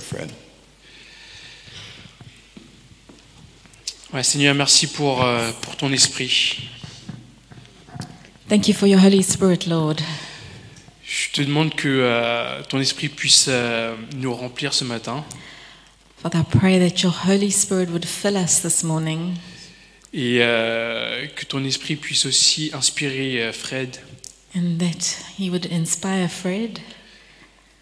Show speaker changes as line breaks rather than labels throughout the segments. Fred.
Ouais, Seigneur, merci pour, euh, pour ton esprit.
Thank you for your Holy Spirit, Lord.
Je te demande que euh, ton esprit puisse euh, nous remplir ce matin
Father, I pray that your Holy Spirit would fill us this morning
et euh, que ton esprit puisse aussi inspirer euh, Fred,
and that he would inspire Fred,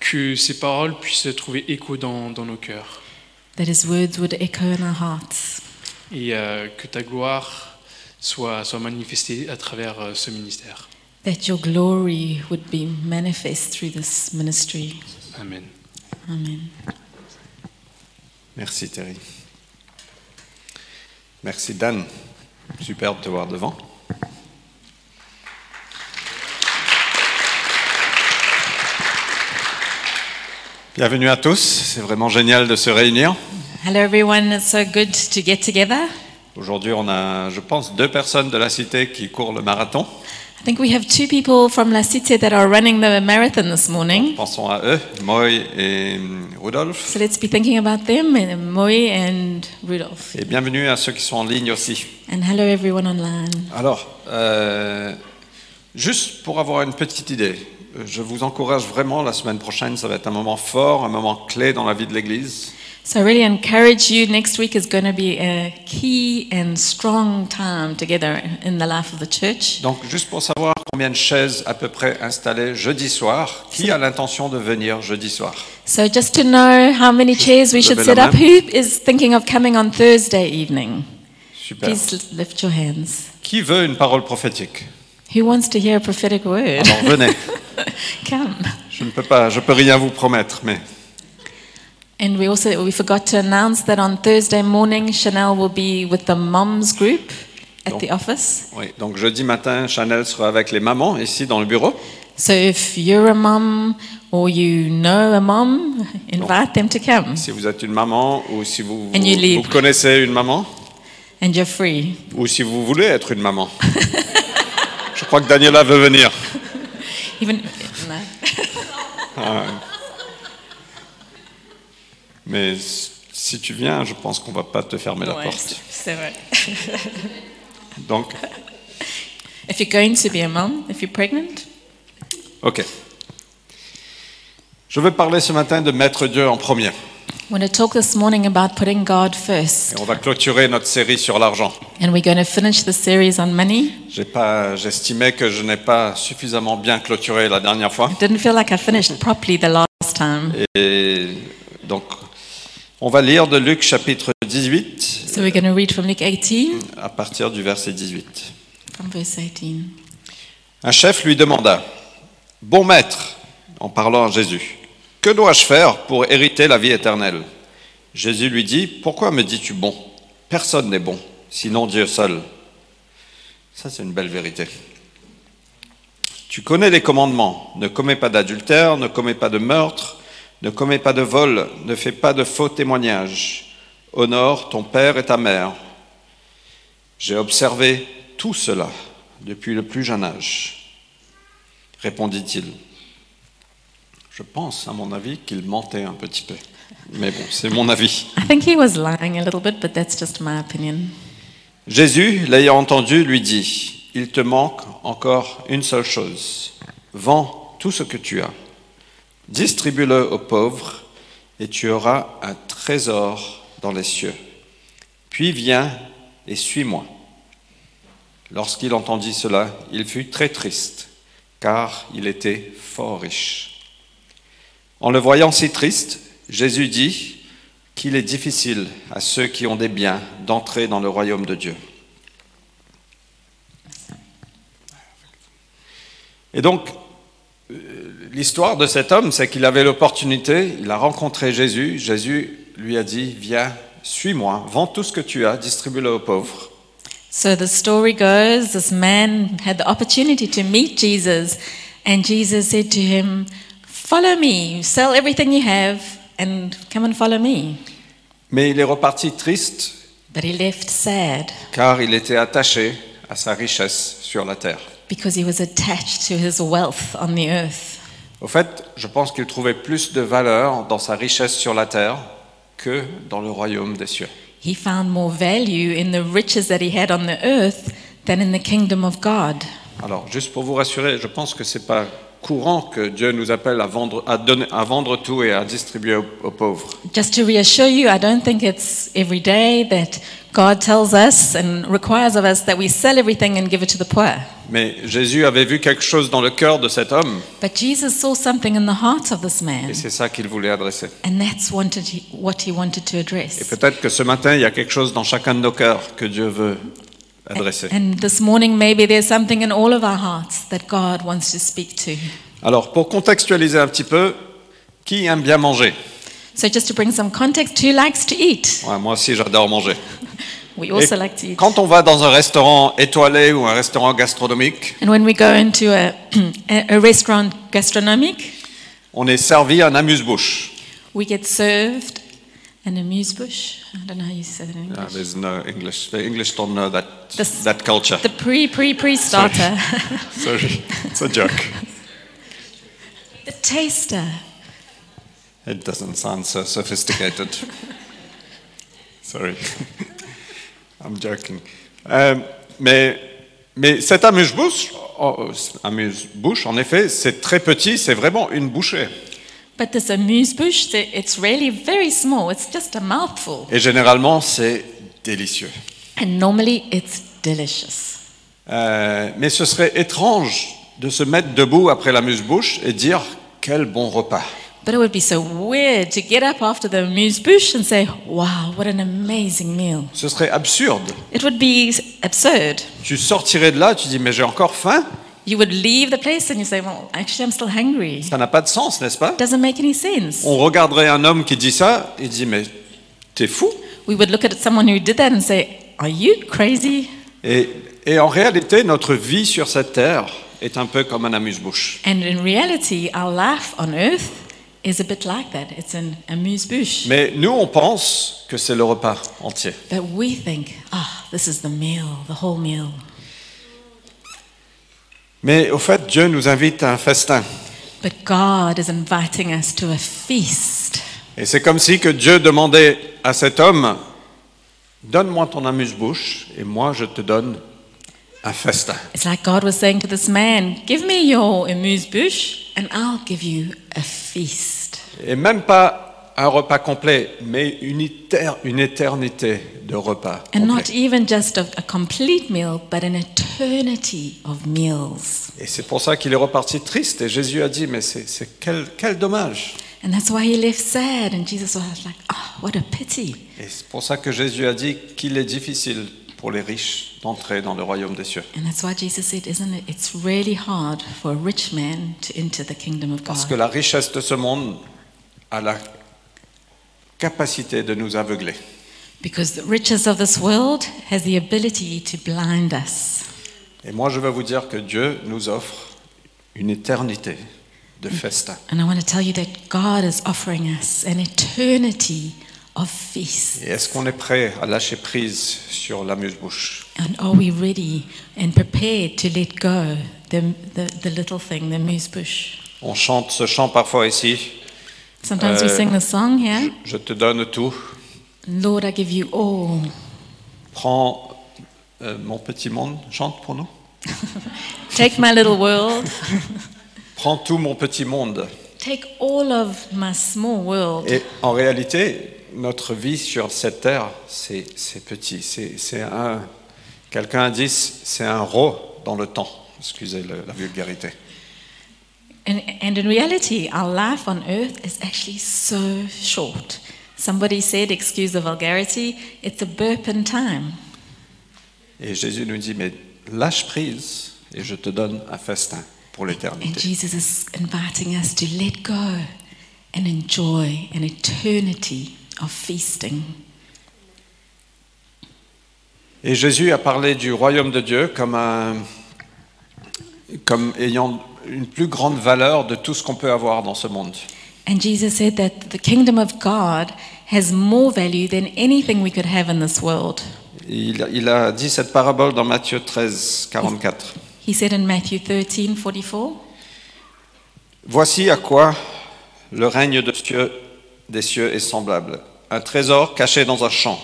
que ces paroles puissent trouver écho dans, dans nos cœurs
that his words would echo in our hearts,
et euh, que ta gloire soit, soit manifestée à travers euh, ce ministère.
that your glory would be manifest through this ministry.
Amen.
Amen.
Merci Thierry. Merci Dan. Superbe de te voir devant. Bienvenue à tous. C'est vraiment génial de se réunir.
Hello, everyone. It's so good to get together.
Aujourd'hui, on a, je pense, deux personnes de la cité qui courent le marathon.
I think we have two people from La Cité that are running the marathon this morning.
Pensons à eux, Moy et hum, Rudolf.
So let's be thinking about them, and Moe and Rudolf.
Et bienvenue à ceux qui sont en ligne aussi.
And hello, everyone online.
Alors, euh, juste pour avoir une petite idée, euh, je vous encourage vraiment, la semaine prochaine, ça va être un moment fort, un moment clé dans la vie de l'Église.
So I really encourage you. Next week is going to be a key and strong time together in the life of the church.
Donc, juste pour savoir combien de chaises à peu près installées jeudi soir, qui a l'intention de venir jeudi soir
So just to know how many chairs we should set up, who is thinking of coming on Thursday evening?
Super.
Please lift your hands.
Qui veut une parole prophétique
Who wants to hear a prophetic word?
Alors, venez.
Come.
Je ne peux pas, je peux rien vous promettre, mais
And we also we forgot to announce that on Thursday morning Chanel will be with the moms group at the office.
oui. Donc, jeudi matin, Chanel sera avec les mamans ici dans le bureau.
So if you're a mom or you know a mom, invite them to come.
Si vous êtes une maman ou si vous-
And you
vous,
leave.
vous connaissez une maman.
And you're free.
Ou si vous voulez être une maman. Je crois que Daniela veut venir.
Even no.
Mais si tu viens, je pense qu'on va pas te fermer la
Ouais,
porte.
c'est- c'est vrai.
Donc,
If you're going to be a mom, if you're pregnant,
ok. Je veux parler ce matin de mettre Dieu en premier.
I want to talk this morning about putting God
Et
first.
on va clôturer notre série sur l'argent.
And we're going to finish the series on money.
J'ai pas, j'estimais que je n'ai pas suffisamment bien clôturé la dernière fois.
Didn't feel like I finished properly the last time.
Et donc, on va lire de Luc chapitre 18
So we're going to read from Luke 18,
à partir du verset 18.
from verse 18.
Un chef lui demanda, Bon maître, en parlant à Jésus, que dois-je faire pour hériter la vie éternelle Jésus lui dit, Pourquoi me dis-tu bon Personne n'est bon, sinon Dieu seul. Ça, c'est une belle vérité. Tu connais les commandements, ne commets pas d'adultère, ne commets pas de meurtre, ne commets pas de vol, ne fais pas de faux témoignages, honore ton père et ta mère. J'ai observé tout cela depuis le plus jeune âge, répondit-il. Je pense, à mon avis, qu'il mentait un petit peu. Mais bon, c'est mon avis.
I think he was lying a little bit, but that's just my opinion.
Jésus, l'ayant entendu, lui dit, Il te manque encore une seule chose. Vends tout ce que tu as, distribue-le aux pauvres, et tu auras un trésor dans les cieux. Puis viens et suis-moi. Lorsqu'il entendit cela, il fut très triste, car il était fort riche. En le voyant si triste, Jésus dit, qu'il est difficile à ceux qui ont des biens d'entrer dans le royaume de Dieu. Et donc, euh, l'histoire de cet homme, c'est qu'il avait l'opportunité, il a rencontré Jésus, Jésus lui a dit, viens, suis-moi, vends tout ce que tu as, distribue-le aux pauvres.
So the story goes this man had the opportunity to meet Jesus, and Jesus said to him, Follow me, sell everything you have, and come and follow me.
Mais il est reparti triste,
But he left sad
car il était attaché à sa richesse sur la terre.
because he was attached to his wealth on the earth.
Au fait, je pense qu'il trouvait plus de valeur dans sa richesse sur la terre que dans le royaume des cieux.
He found more value in the riches that he had on the earth than in the kingdom of God.
Alors, juste pour vous rassurer, je pense que c'est pas courant que Dieu nous appelle à vendre, à donner, à vendre tout et à distribuer aux, aux pauvres.
Just to reassure you, I don't think it's every day that God tells us and requires of us that we sell everything and give it to the poor.
Mais Jésus avait vu quelque chose dans le cœur de cet homme
But Jesus saw something in the heart of this man,
et c'est ça qu'il voulait adresser.
and that's wanted he, what he wanted to
Et
address.
peut-être que ce matin, il y a quelque chose dans chacun de nos cœurs que Dieu veut adresser.
And this morning, maybe there's something in all of our hearts that God wants to speak to.
Alors, pour contextualiser un petit peu, qui aime bien manger
So, just to bring some context, who likes to eat?
Ouais, Moi aussi, j'adore manger.
We
Et
also like to eat.
quand on va dans un restaurant étoilé ou un restaurant gastronomique,
And when we go into a, a a restaurant gastronomique,
on est servi un amuse-bouche.
we get served an amuse bush. I don't know how you say that in English.
Ah, there's no English. The English don't know that,
This-
that culture.
The pre pre pre starter,
Sorry, it's a joke.
the taster.
It doesn't sound so sophisticated. Sorry. I'm joking. Euh, mais, mais cet amuse-bouche, oh, amuse-bouche, en effet, c'est très petit, c'est vraiment une bouchée.
But this amuse bush, the- it's really very small. It's just a mouthful,
Et généralement, c'est délicieux.
and normally it's delicious.
Euh, mais ce serait étrange de se mettre debout après l'amuse-bouche et dire quel bon repas.
But it would be so weird to get up after the amuse bush and say, "Wow, what an amazing meal!"
Ce serait absurde.
It would be s- absurd.
Tu sortirais de là, tu dis mais j'ai encore faim.
You would leave the place and you say, "Well, actually, I'm still hungry."
Ça n'a pas de sens, n'est-ce pas
Doesn't make any sense.
On regarderait un homme qui dit ça et dit mais t'es fou.
We would look at someone who did that and say, "Are you crazy?"
Et, et en réalité, notre vie sur cette terre est un peu comme un amuse-bouche.
And in reality, our life on earth is a bit like that. It's an amuse bouche.
Mais nous, on pense que c'est le repas entier.
But we think, ah, this is the meal, the whole meal.
Mais au fait, Dieu nous invite à un festin.
But God is inviting us to a feast.
Et c'est comme si que Dieu demandait à cet homme, donne-moi ton amuse-bouche et moi je te donne un festin.
It's like God was saying to this man, give me your amuse bouche and I'll give you a feast.
Et même pas un repas complet, mais une, éter- une éternité de repas.
And
complet.
not even just a, a complete meal, but an eternity of meals.
Et c'est pour ça qu'il est reparti triste. Et Jésus a dit, mais c'est c'est quel, quel dommage.
And that's why he left sad. And Jesus was like, oh, what a pity.
Et c'est pour ça que Jésus a dit qu'il est difficile pour les riches d'entrer dans le royaume des cieux.
And that's why Jesus said, isn't it? It's really hard for a rich man to enter the kingdom of
Parce
God.
que la richesse de ce monde a la capacité de nous aveugler.
Because the riches of this world has the ability to blind us.
Et moi, je veux vous dire que Dieu nous offre une éternité de festin.
And I want to tell you that God is offering us an eternity of feasts.
Et est-ce qu'on est prêt à lâcher prise sur l'amuse-bouche
And are we ready and prepared to let go the, the, the little thing, the moose bush?
On chante ce chant parfois ici.
Sometimes we
Euh,
sing the song here
Je te donne tout.
Lord, I give you all.
Prends euh, mon petit monde. Chante pour nous.
Take my little world.
Prends tout mon petit monde.
Take all of my small world.
Et en réalité, notre vie sur cette terre, c'est c'est petit. C'est c'est un. Quelqu'un a dit, c'est un rot dans le temps. Excusez le- la vulgarité.
And, and in reality, our life on earth is actually so short. Somebody said, excuse the vulgarity, it's a burp in time.
Et Jésus nous dit, mais lâche prise et je te donne un festin pour
And
l'éternité.
Jesus is inviting us to let go and enjoy an eternity of feasting.
Et Jésus a parlé du royaume de Dieu comme un, comme ayant une plus grande valeur de tout ce qu'on peut avoir dans ce monde.
And Jesus said that the kingdom of God has more value than anything we could have in this world.
Il, il a dit cette parabole dans Matthieu 13, 44.
He said in Matthew 13 44,
Voici à quoi le règne de Dieu- des cieux est semblable. Un trésor caché dans un champ.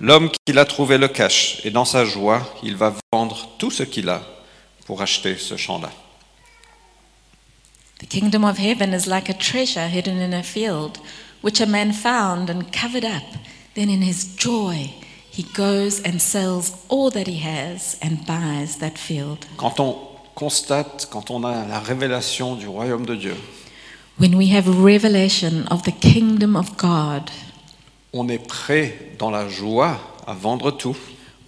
L'homme qui l'a trouvé le cache, et dans sa joie, il va vendre tout ce qu'il a pour acheter ce champ-là.
The kingdom of heaven is like a treasure hidden in a field, which a man found and covered up. Then, in his joy, he goes and sells all that he has and buys that field.
Quand on constate, quand on a la révélation du royaume de Dieu,
When we have revelation of the kingdom of God,
on est prêt dans la joie à vendre tout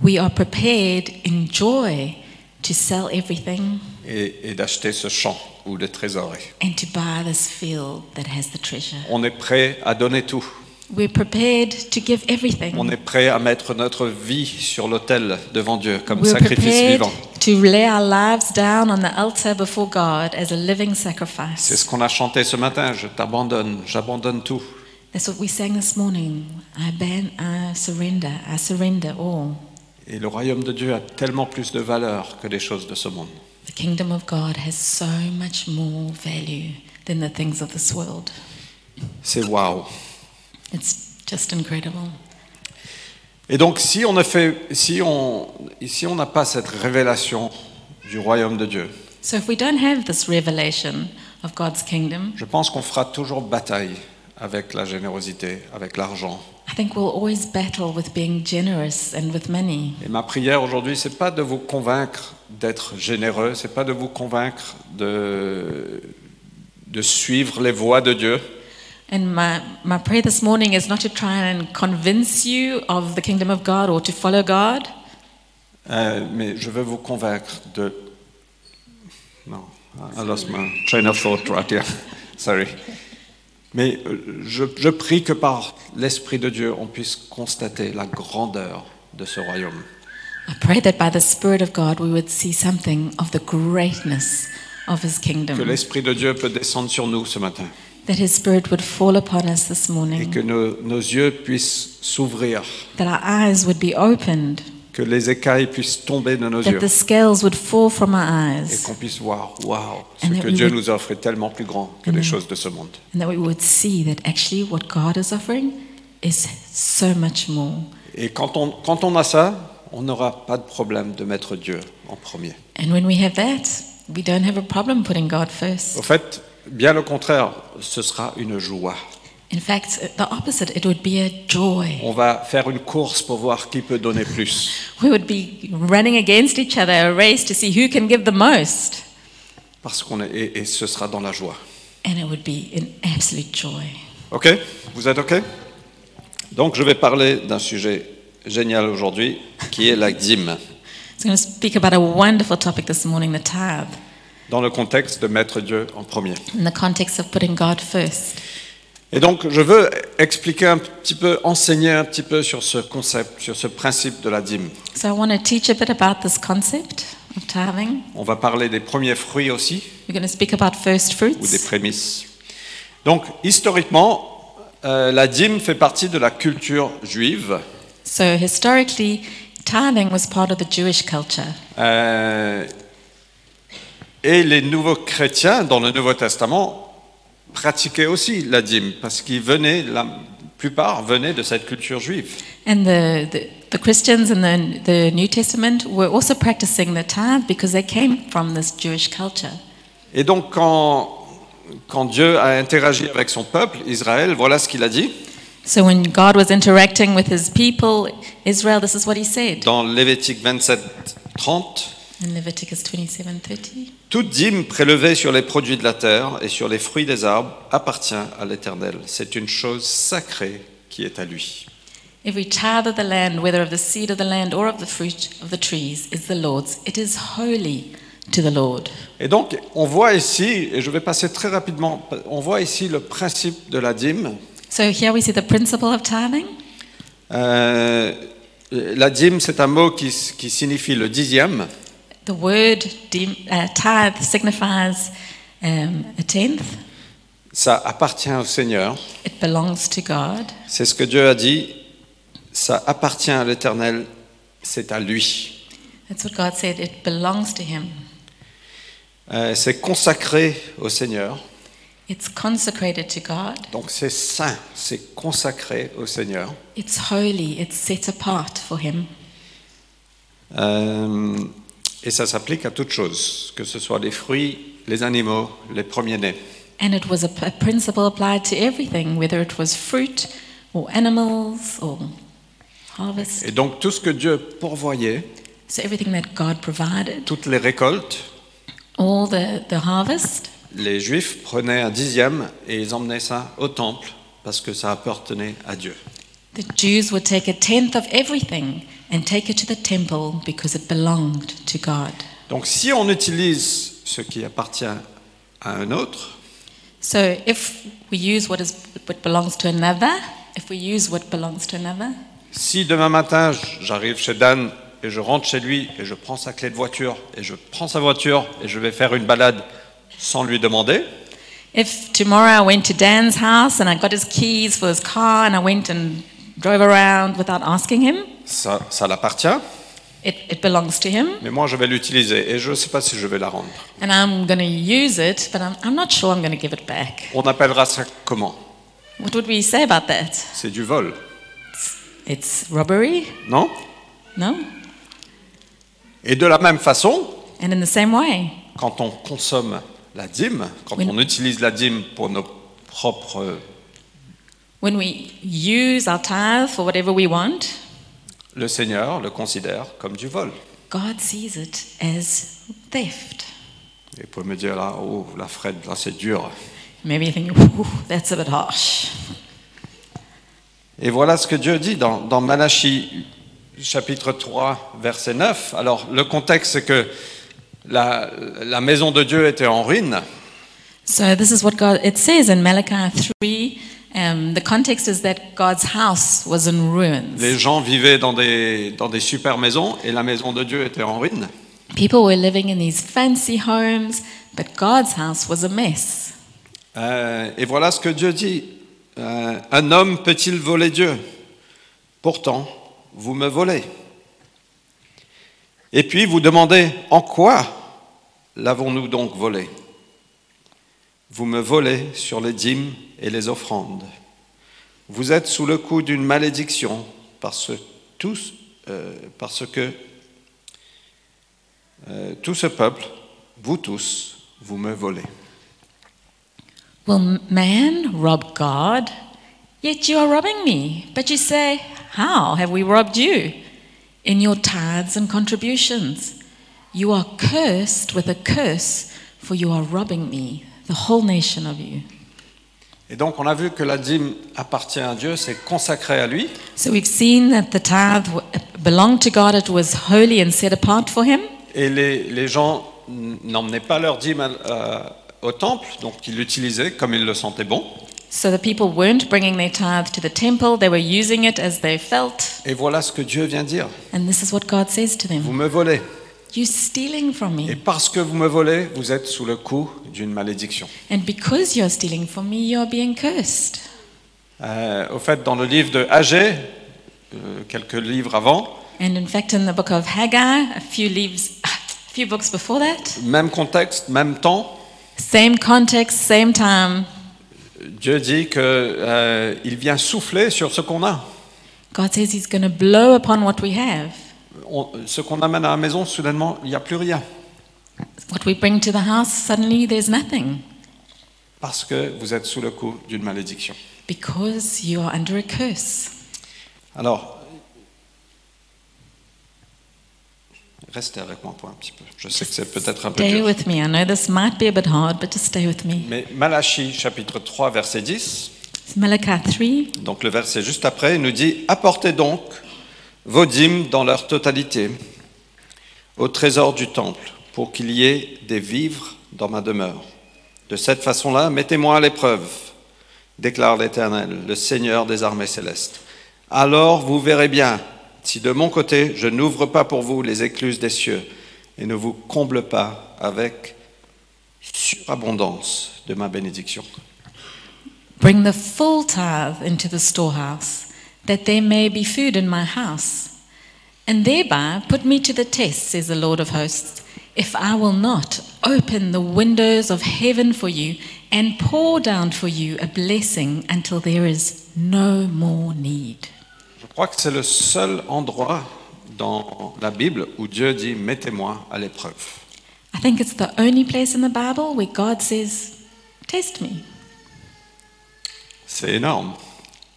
we are prepared in joy to sell everything
et, et d'acheter ce champ ou le trésor. est.
and to buy this field that has the treasure.
On est prêt à donner tout.
We're prepared to give everything.
On est prêt à mettre notre vie sur l'autel devant Dieu comme
We're
sacrifice
prepared
vivant.
to lay our lives down on the altar before God as a living
C'est
sacrifice.
ce qu'on a chanté ce matin. Je t'abandonne, j'abandonne tout.
That's what we sang this morning. I ban, I surrender, I surrender all.
Et le royaume de Dieu a tellement plus de valeur que les choses de ce monde.
The kingdom of God has so much more value than the things of this world.
C'est waouh.
It's just incredible.
Et donc, si on ne fait, si on, si on n'a pas cette révélation du royaume de Dieu,
So if we don't have this revelation of God's kingdom,
je pense qu'on fera toujours bataille avec la générosité, avec l'argent.
I think we'll always battle with being generous and with money.
Et ma prière aujourd'hui, c'est pas de vous convaincre d'être généreux, c'est pas de vous convaincre de, de suivre les voies de Dieu,
And my, my prayer this morning is not to try and convince you of the kingdom of God or to follow God,
euh, mais je veux vous convaincre de. Non, I lost my train of thought right here. Sorry. Mais euh, je, je prie que par l'Esprit de Dieu, on puisse constater la grandeur de ce royaume.
I pray that by the Spirit of God we would see something of the greatness of His
Que
kingdom,
l'Esprit de Dieu peut descendre sur nous ce matin
that His Spirit would fall upon us this
et
morning,
que nos- nos yeux puissent s'ouvrir.
that our eyes would be opened,
que les écailles puissent tomber de nos yeux
that the scales would fall from our
et
eyes,
qu'on puisse voir, waouh, ce
And that
que
we
Dieu
would-
nous offre est tellement plus grand que les choses de ce monde.
and that we would see that actually what God is offering is so much more.
Et quand on, quand on a ça, on n'aura pas de problème de mettre Dieu en premier.
And when we have that, we don't have a problem putting God first.
Au fait, bien le contraire, ce sera une joie.
In fact, the opposite, it would be a joy.
On va faire une course pour voir qui peut donner plus.
We would be running against each other, a race to see who can give the most.
Parce qu'on est, et, et ce sera dans la joie.
And it would be an absolute joy.
OK Vous êtes OK Donc je vais parler d'un sujet génial aujourd'hui qui est la dîme.
So I'm going to speak about a wonderful topic this morning the tithe,
Dans le contexte de mettre Dieu en premier.
in the context of putting God first.
Et donc, je veux expliquer un petit peu, enseigner un petit peu sur ce concept, sur ce principe de la dîme.
So I want to teach a bit about this concept of tithing.
On va parler des premiers fruits aussi,
We're going to speak about first
ou des
fruits.
prémices. Donc, historiquement, euh, la dîme fait partie de la culture juive.
So historically, tithing was part of the Jewish culture.
euh, et les nouveaux chrétiens, dans le Nouveau Testament, pratiquaient aussi la dîme, parce qu'ils venaient, la plupart venaient de cette culture juive.
And the, the, the Christians in the, the New Testament were also practicing the tithe because they came from this Jewish culture.
Et donc, quand, quand Dieu a interagi avec son peuple, Israël, voilà ce qu'il a dit.
So when God was interacting with his people, Israel, this is what he said
Dans Lévitique 27, 30,
in Leviticus 27:30.
toute dîme prélevée sur les produits de la terre et sur les fruits des arbres appartient à l'Éternel. C'est une chose sacrée qui est à lui.
Every tithe of the land, whether of the seed of the land or of the fruit of the trees, is the Lord's. It is holy to the Lord.
Et donc, on voit ici, et je vais passer très rapidement, on voit ici le principe de la dîme.
So here we see the principle of tithing.
Euh, la dîme, c'est un mot qui, qui signifie le dixième.
The word dim- uh, tithe signifies um, a tenth.
Ça appartient au Seigneur.
It belongs to God.
C'est ce que Dieu a dit. Ça appartient à l'Éternel. C'est à lui.
That's what God said. It belongs to Him.
Euh, c'est consacré au Seigneur.
It's consecrated to God.
Donc c'est saint, c'est consacré au Seigneur.
It's holy. It's set apart for Him.
Euh, et ça s'applique à toutes choses, que ce soit les fruits, les animaux, les premiers-nés.
And it was a, p- a principle applied to everything, whether it was fruit or animals or harvest.
Et donc tout ce que Dieu pourvoyait,
So everything that God provided,
toutes les récoltes,
all the, the harvest,
les Juifs prenaient un dixième et ils emmenaient ça au temple parce que ça appartenait à Dieu.
the Jews would take a tenth of everything and take it to the temple because it belonged to God.
Donc si on utilise ce qui appartient à un autre,
So if we use what is what belongs to another, if we use what belongs to another,
si demain matin j- j'arrive chez Dan et je rentre chez lui et je prends sa clé de voiture et je prends sa voiture et je vais faire une balade sans lui demander,
if tomorrow I went to Dan's house and I got his keys for his car and I went and drove around without asking him,
ça, ça l'appartient,
it, it belongs to him
mais moi je vais l'utiliser et je ne sais pas si je vais la rendre.
and I'm going to use it, but I'm, I'm not sure I'm going to give it back.
On appellera ça comment
What would we say about that?
C'est du vol,
It's robbery?
non
No?
Et de la même façon,
And in the same way,
quand on consomme la dîme, quand
Oui.
on utilise la dîme pour nos propres...
when we use our tithe for whatever we want,
Le Seigneur le considère comme du vol.
God sees it as theft.
Et vous pouvez me dire là, oh, la Fred, là c'est dur.
Maybe you think, Ooh, that's a bit harsh.
Et voilà ce que Dieu dit dans, dans Malachie chapitre 3 verset 9. Alors le contexte c'est que la, la maison de Dieu était en ruine
So this is what God it says in Malachi three. Um, the context is that God's house was in ruins.
Les gens vivaient dans des, dans des super maisons et la maison de Dieu était en ruine.
People were living in these fancy homes, but God's house was a mess.
Euh, et voilà ce que Dieu dit. Euh, un homme peut-il voler Dieu Pourtant, vous me volez. Et puis vous demandez, en quoi l'avons-nous donc volé Vous me volez sur les dîmes et les offrandes. Vous êtes sous le coup d'une malédiction parce, tous, euh, parce que euh, tout ce peuple, vous tous, vous me volez.
Will man rob God? Yet you are robbing me. But you say, How have we robbed you? In your tithes and contributions. You are cursed with a curse, for you are robbing me, the whole nation of you.
Et donc on a vu que la dîme appartient à Dieu, c'est consacré à lui,
So we've seen that the tithe w- belonged to God, it was holy and set apart for Him.
et les, les gens n- n'emmenaient pas leur dîme à- à- au temple, donc ils l'utilisaient comme ils le sentaient bon.
So the people weren't bringing their tithe to the temple, they were using it as they felt.
Et voilà ce que Dieu vient dire,
And this is what God says to
vous
them
me volez,
You're stealing from
et
me.
parce que vous me volez, vous êtes sous le coup d'une malédiction.
And because you're stealing from me, you're being cursed.
Euh, au fait, dans le livre de Agé, quelques livres avant,
And in fact, in the book of Haggai, a few, leaves, a few books before that,
même contexte, même temps,
same context, same time,
Dieu dit qu'il vient souffler sur ce qu'on a,
God says He's going to blow upon what we have.
On- ce qu'on amène à la maison, soudainement, il n'y a plus rien.
What we bring to the house, suddenly there's nothing.
parce que vous êtes sous le coup d'une malédiction.
Because you are under a curse.
Alors, restez avec moi pour un petit peu. Je sais que c'est peut-être un peu
Stay
dur.
with me. I know this might be a bit hard, but just stay with me.
Mais Malachie chapitre 3 verset 10,
It's Malachi 3.
donc le verset juste après, il nous dit Apportez donc vos dîmes dans leur totalité au trésor du temple pour qu'il y ait des vivres dans ma demeure. De cette façon-là, mettez-moi à l'épreuve, déclare l'Éternel, le Seigneur des armées célestes. Alors vous verrez bien si de mon côté je n'ouvre pas pour vous les écluses des cieux et ne vous comble pas avec surabondance de ma bénédiction.
Bring the full tithe into the storehouse, that there may be food in my house. And thereby put me to the test, says the Lord of hosts, if I will not open the windows of heaven for you and pour down for you a blessing until there is no more need.
Je crois que c'est le seul endroit dans la Bible où Dieu dit mettez-moi à l'épreuve.
I think it's the only place in the Bible where God says, Test me.
C'est énorme.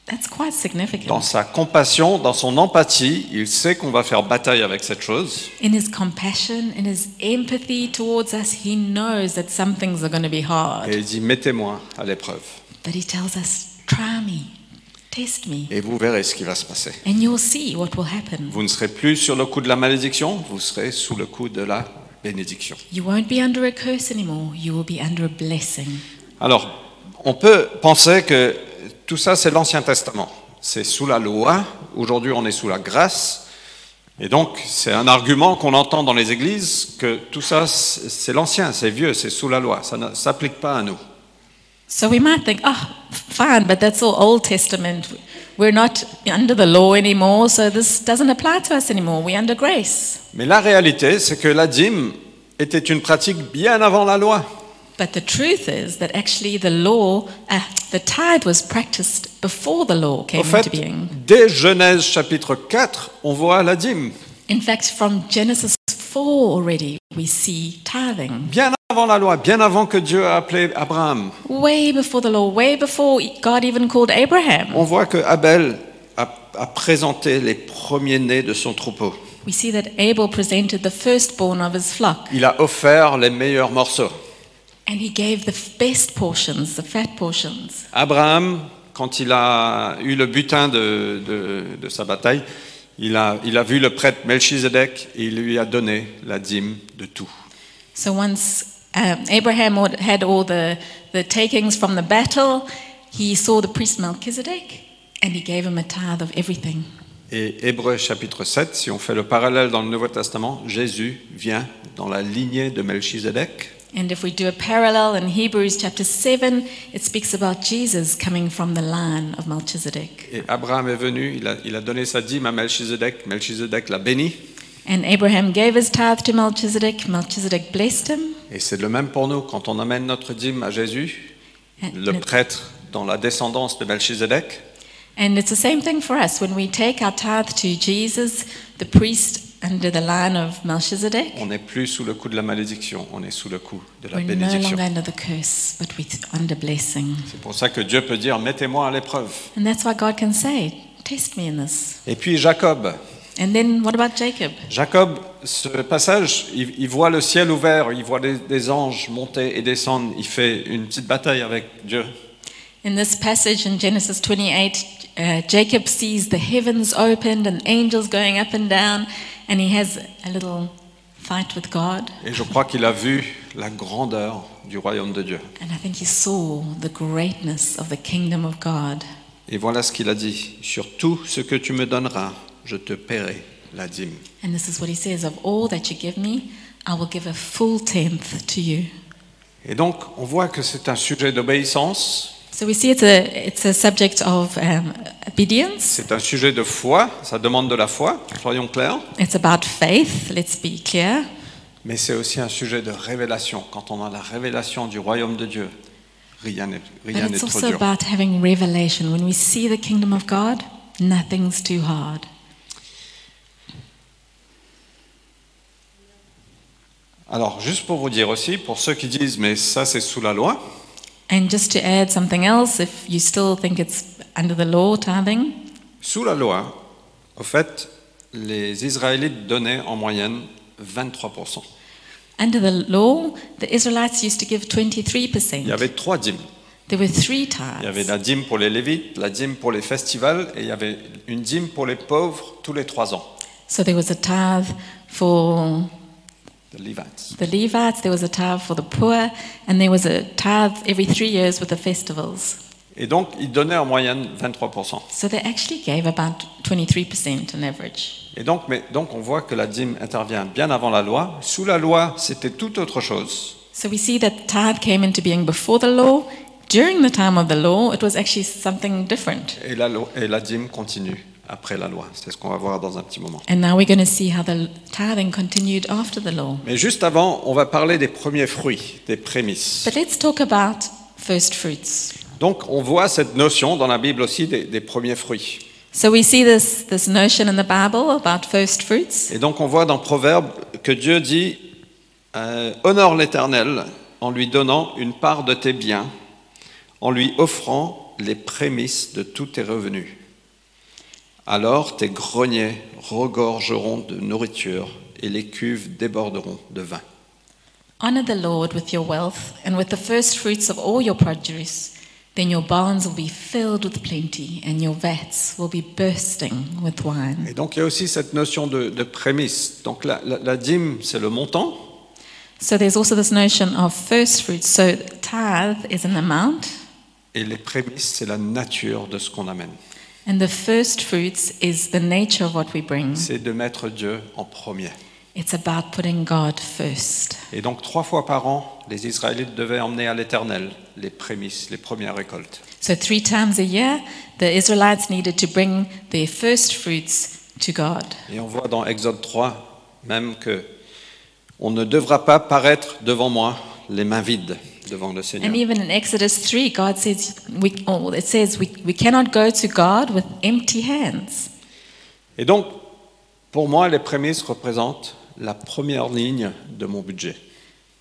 That's quite
Dans
significant.
sa compassion, dans son empathie, il sait qu'on va faire bataille avec cette chose.
In his compassion, in his empathy towards us, he knows that some things are going to be
Et
hard.
il dit mettez-moi à l'épreuve.
But he tells us, Try me, test me,
Et vous verrez ce qui va se passer.
and you'll see what will happen.
Vous ne serez plus sur le coup de la malédiction, vous serez sous le coup de la bénédiction.
You won't be under a curse anymore, you will be under a blessing.
Alors, on peut penser que tout ça, c'est l'Ancien Testament. C'est sous la loi. Aujourd'hui, on est sous la grâce. Et donc, c'est un argument qu'on entend dans les églises que tout ça, c'est c'est l'ancien, c'est vieux, c'est sous la loi. Ça ne s'applique pas à nous.
So we might think, oh, fine, but that's all Old Testament. We're not under the law anymore, so this doesn't apply to us anymore. We're under grace.
Mais la réalité, c'est que la dîme était une pratique bien avant la loi.
But the truth is that actually the law, uh, the tithe was practiced before the law
Au
came
fait,
into being.
dès Genèse chapitre 4, on voit la dîme,
In fact, from Genesis 4 already, we see tithing.
bien avant la loi, bien avant que Dieu a appelé Abraham.
Way before the law, way before God even called Abraham.
On voit que Abel a, a présenté les premiers-nés de son troupeau.
We see that Abel presented the firstborn of his flock,
Il a offert les meilleurs morceaux.
and he gave the best portions, the fat portions.
Abraham, quand il a eu le butin de, de- de sa bataille, il a, il a vu le prêtre Melchizedek et il lui a donné la dîme de tout.
So once um, Abraham had- had all the, the takings from the battle, he saw the priest Melchizedek and he gave him a tithe of everything.
Et Hébreu chapitre 7, si on fait le parallèle dans le Nouveau Testament, Jésus vient dans la lignée de Melchizedek.
And if we do a parallel in Hebrews chapter 7, it speaks about Jesus coming from the line of Melchizedek.
Et Abraham est venu, il a, il a donné sa dîme à Melchizedek, Melchizedek l'a béni.
And Abraham gave his tithe to Melchizedek, Melchizedek blessed him.
Et c'est le même pour nous, quand on amène notre dîme à Jésus,
And,
le prêtre dans la descendance de Melchizedek,
and it's the same thing for us. When we take our tithe to Jesus, the priest under the line of Melchizedek,
on n'est plus sous le coup de la malédiction, on est sous le coup de la
we're no
bénédiction.
longer under the curse, but we're under blessing.
C'est pour ça que Dieu peut dire, mettez-moi à l'épreuve.
And that's why God can say, Test me in this.
Et puis Jacob,
And then what about Jacob?
Jacob, ce passage, il, il voit le ciel ouvert, il voit des, des anges monter et descendre, il fait une petite bataille avec Dieu.
In this passage in Genesis 28, uh, Jacob sees the heavens opened and angels going up and down, and he has a little fight with God.
Et je crois qu'il a vu la grandeur du royaume de Dieu.
And I think he saw the greatness of the kingdom of God.
Et voilà ce qu'il a dit, sur tout ce que tu me donneras, je te paierai la dîme.
And this is what he says Of all that you give me, I will give a full tenth to you.
Et donc, on voit que c'est un sujet d'obéissance,
So we see it's a, it's a subject of um, obedience,
c'est un sujet de foi, ça demande de la foi, soyons clairs,
it's about faith, let's be clear.
mais c'est aussi un sujet de révélation. Quand on a la révélation du royaume de Dieu, rien n'est
But
rien n'est
it's
trop
also
dur.
about having revelation. When we see the kingdom of God, nothing's too hard.
Alors, juste pour vous dire aussi, pour ceux qui disent, mais ça c'est sous la loi,
And just to add something else, if you still think it's under the law, tithing,
sous la loi, au fait, les Israélites donnaient en moyenne 23%.
under the law, the Israelites used to give
Il y
23%.
avait trois dîmes.
There were three
Il y avait
tithes.
la dîme pour les Lévites, la dîme pour les festivals, et il y avait une dîme pour les pauvres tous les trois ans,
So there was a tithe for
les Levites.
the Levites, there was a tithe for the poor, and there was a tithe every three years with the festivals.
Et donc, ils donnaient en moyenne 23%.
So they actually gave about 23% on average.
Et donc, mais, donc, on voit que la dîme intervient bien avant la loi. Sous la loi, c'était tout autre chose.
So we see that tithe came into being before the law. During the time of the law, it was actually something different.
Et la, lo- et la dîme continue après la loi. C'est ce qu'on va voir dans un petit moment.
And now we're going to see how the tithing continued after the law.
Mais juste avant, on va parler des premiers fruits, des prémices.
But let's talk about first fruits.
Donc on voit cette notion dans la Bible aussi des, des premiers fruits.
So we see this, this notion in the Bible about first fruits.
Et donc on voit dans Proverbe que Dieu dit euh, Honore l'Éternel en lui donnant une part de tes biens, en lui offrant les prémices de tous tes revenus. Alors tes greniers regorgeront de nourriture et les cuves déborderont de vin.
Honor the Lord with your wealth and with the first fruits of all your produce. Then your barns will be filled with plenty and your vats will be bursting with wine.
Et donc il y a aussi cette notion de, de prémices. Donc la, la- la dîme, c'est le montant,
So there's also this notion of first fruits. So tithe is an amount,
et les prémices, c'est la nature de ce qu'on amène.
and the first fruits is the nature of what we bring.
C'est de mettre Dieu en premier.
It's about putting God first.
Et donc trois fois par an, les Israélites devaient emmener à l'Éternel les prémices, les premières récoltes.
So three times a year, the Israelites needed to bring their first fruits to God.
Et on voit dans Exode 3 même que on ne devra pas paraître devant moi les mains vides devant le Seigneur.
And even in Exodus 3, God says, we, oh, it says we, we cannot go to God with empty hands.
Et donc, pour moi, les prémices représentent la première ligne de mon budget.